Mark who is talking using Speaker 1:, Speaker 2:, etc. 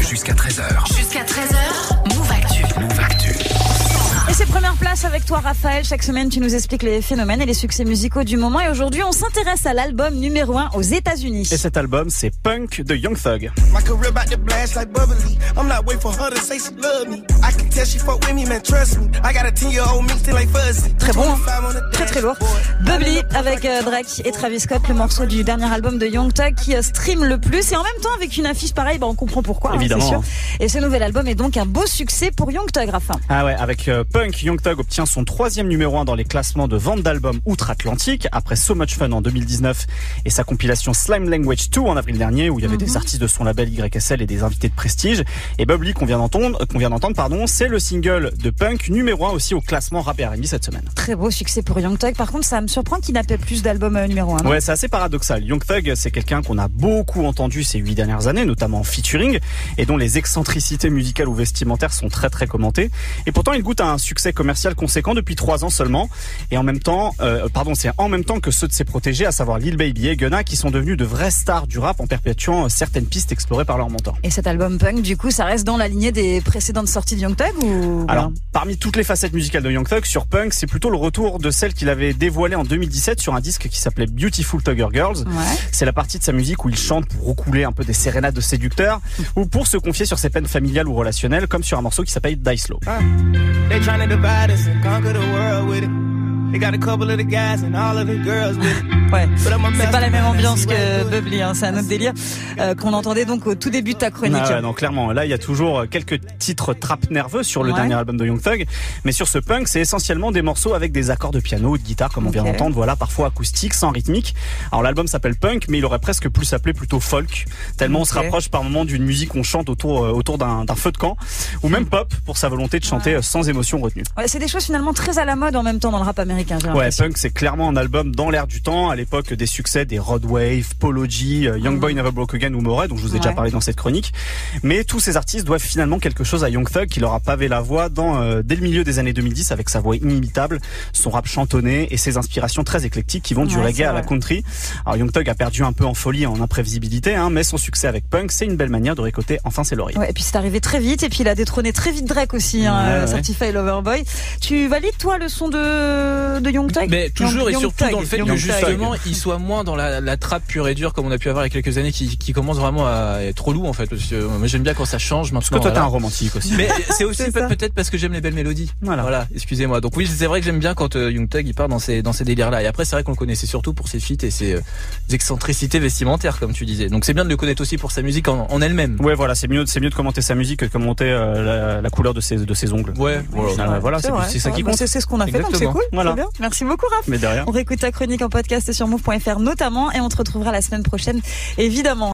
Speaker 1: jusqu'à 13h.
Speaker 2: Jusqu'à 13h, Move Actu.
Speaker 1: Move Actu.
Speaker 3: Et c'est première place avec toi, Raphaël. Chaque semaine, tu nous expliques les phénomènes et les succès musicaux du moment. Et aujourd'hui, on s'intéresse à l'album numéro 1 aux États-Unis.
Speaker 4: Et cet album, c'est Punk de Young Thug.
Speaker 5: My career about to blast like bubbly. I'm not waiting for her to say she love me. I can tell she fuck with me, man. Trust me. I got a 10 year old me still like fuzzy.
Speaker 3: Très bon, hein.
Speaker 5: 25 on the
Speaker 3: Très très
Speaker 5: dance
Speaker 3: lourd.
Speaker 5: floor.
Speaker 3: Bubbly avec euh, Drake et Travis Scott, le morceau du dernier album de Young Thug qui euh, stream le plus et en même temps avec une affiche pareille, bah, on comprend pourquoi. hein,
Speaker 4: Évidemment,
Speaker 3: c'est sûr.
Speaker 4: hein.
Speaker 3: Et ce nouvel album est donc un beau succès pour Young Thug, Raphaël.
Speaker 4: Ah ouais, avec euh, Punk, Young Thug obtient son troisième numéro 1 dans les classements de vente d'albums outre-Atlantique après So Much Fun en 2019 et sa compilation Slime Language 2 en avril dernier où il y avait des artistes de son label YSL et des invités de prestige. Et Bubbly qu'on vient d'entendre, euh, qu'on vient d'entendre, pardon, c'est le single de Punk numéro 1 aussi au classement rap et R&B cette semaine.
Speaker 3: Très beau succès pour Young Thug. Par contre, ça me surprend qu'il n'a pas plus d'albums euh, numéro 1.
Speaker 4: Ouais, c'est assez paradoxal. Young Thug, c'est quelqu'un qu'on a beaucoup entendu ces huit dernières années, notamment en featuring, et dont les excentricités musicales ou vestimentaires sont très très commentées. Et pourtant, il goûte à un succès commercial conséquent depuis trois ans seulement. Et en même temps, euh, pardon, c'est en même temps que ceux de ses protégés, à savoir Lil Baby et Gunna, qui sont devenus de vraies stars du rap en perpétuant euh, certaines pistes explorées par leur mentor.
Speaker 3: Et cet album punk, du coup, ça reste dans la lignée des précédentes sorties de Young Thug ou
Speaker 4: Alors, parmi toutes les facettes musicales de Young Thug, sur Punk, c'est plutôt le retour de celle qu'il avait dévoilée en 2017 sur un disque qui s'appelait Beautiful Tugger Girls.
Speaker 3: Ouais.
Speaker 4: C'est la partie de sa musique où il chante pour recouler un peu des sérénades de séducteurs ou pour se confier sur ses peines familiales ou relationnelles, comme sur un morceau qui s'appelle Dice Slow.
Speaker 5: Uh, they tryna divide us and conquer the world with it. They got a couple of the guys and all of the girls with it.
Speaker 3: Ouais.
Speaker 5: But I'm a
Speaker 3: C'est pas la même ambiance que
Speaker 5: mastermind.
Speaker 3: Bubbly, hein, c'est un autre délire euh, qu'on entendait donc au tout début de ta chronique.
Speaker 4: Ah ouais, non, clairement. Là, il y a toujours quelques titres trap nerveux sur le
Speaker 3: Ouais.
Speaker 4: dernier album de Young Thug. Mais sur ce punk, c'est essentiellement des morceaux avec des accords de piano ou de guitare, comme on vient
Speaker 3: Ok.
Speaker 4: d'entendre. Voilà, parfois acoustique, sans rythmique. Alors, l'album s'appelle punk, mais il aurait presque plus s'appeler plutôt folk. Tellement on se
Speaker 3: Ok.
Speaker 4: rapproche par moment d'une musique qu'on chante autour, euh, autour d'un d'un feu de camp. Ou même pop, pour sa volonté de chanter euh, sans émotion retenue.
Speaker 3: Ouais, c'est des choses finalement très à la mode en même temps dans le rap américain. j'ai
Speaker 4: Ouais,
Speaker 3: l'impression.
Speaker 4: Punk, c'est clairement un album dans l'air du temps, à l'époque des succès des Roadwave, Polo G, euh, Young Boy Never Broke Again ou Moret, dont je vous ai
Speaker 3: Mm.
Speaker 4: déjà
Speaker 3: Ouais.
Speaker 4: parlé dans cette chronique. Mais tous ces artistes doivent finalement quelque chose à Young Thug, qui leur a pavé la voie dans, euh, dès le milieu des années 2010 avec sa voix inimitable, son rap chantonné et ses inspirations très éclectiques qui vont du
Speaker 3: Ouais, c'est
Speaker 4: reggae à la
Speaker 3: vrai.
Speaker 4: country. Alors Young Thug a perdu un peu en folie et en imprévisibilité, hein, mais son succès avec Punk, c'est une belle manière de récolter enfin ses lauriers.
Speaker 3: Ouais, et puis c'est arrivé très vite, et puis il a détrôné très vite Drake aussi, hein,
Speaker 4: Ouais,
Speaker 3: euh,
Speaker 4: ouais.
Speaker 3: Certified Lover Boy. Tu valides toi le son de, de Young Thug
Speaker 6: Mais toujours
Speaker 3: Young-
Speaker 6: et
Speaker 3: Young
Speaker 6: surtout
Speaker 3: Thug,
Speaker 6: dans le fait
Speaker 3: Young
Speaker 6: que
Speaker 3: Thug.
Speaker 6: justement il soit moins dans la, la trappe pure et dure comme on a pu avoir il y a quelques années qui, qui commence vraiment à être trop lourd en fait parce que euh, moi j'aime bien quand ça change
Speaker 4: Parce
Speaker 6: maintenant.
Speaker 4: que toi, t'es un
Speaker 6: voilà.
Speaker 4: romantique aussi.
Speaker 6: Mais c'est aussi
Speaker 3: C'est
Speaker 6: peut-
Speaker 3: ça.
Speaker 6: peut-être parce que j'aime les belles mélodies.
Speaker 4: Voilà.
Speaker 6: Voilà, excusez-moi. Donc oui, c'est vrai que j'aime bien quand euh, Young Thug il part dans ces dans ces délires là. Et après c'est vrai qu'on le connaissait surtout pour ses feats et ses euh, excentricités vestimentaires comme tu disais. Donc c'est bien de le connaître aussi pour sa musique en, en elle-même.
Speaker 4: Ouais, voilà, c'est mieux, c'est mieux de commenter sa musique que de commenter euh, la, la couleur de ses, de ses ongles.
Speaker 6: Ouais,
Speaker 4: Au final,
Speaker 3: Ouais,
Speaker 4: voilà, c'est
Speaker 3: vrai,
Speaker 4: c'est ça
Speaker 3: vrai.
Speaker 4: qui
Speaker 3: Bah,
Speaker 4: compte.
Speaker 3: C'est c'est ce qu'on a fait, donc c'est
Speaker 6: Exactement.
Speaker 3: cool.
Speaker 4: Voilà.
Speaker 3: c'est bien. Merci beaucoup, Raph.
Speaker 4: Mais derrière.
Speaker 3: On réécoute ta chronique en podcast sur move.fr notamment, et on te retrouvera la semaine prochaine, évidemment.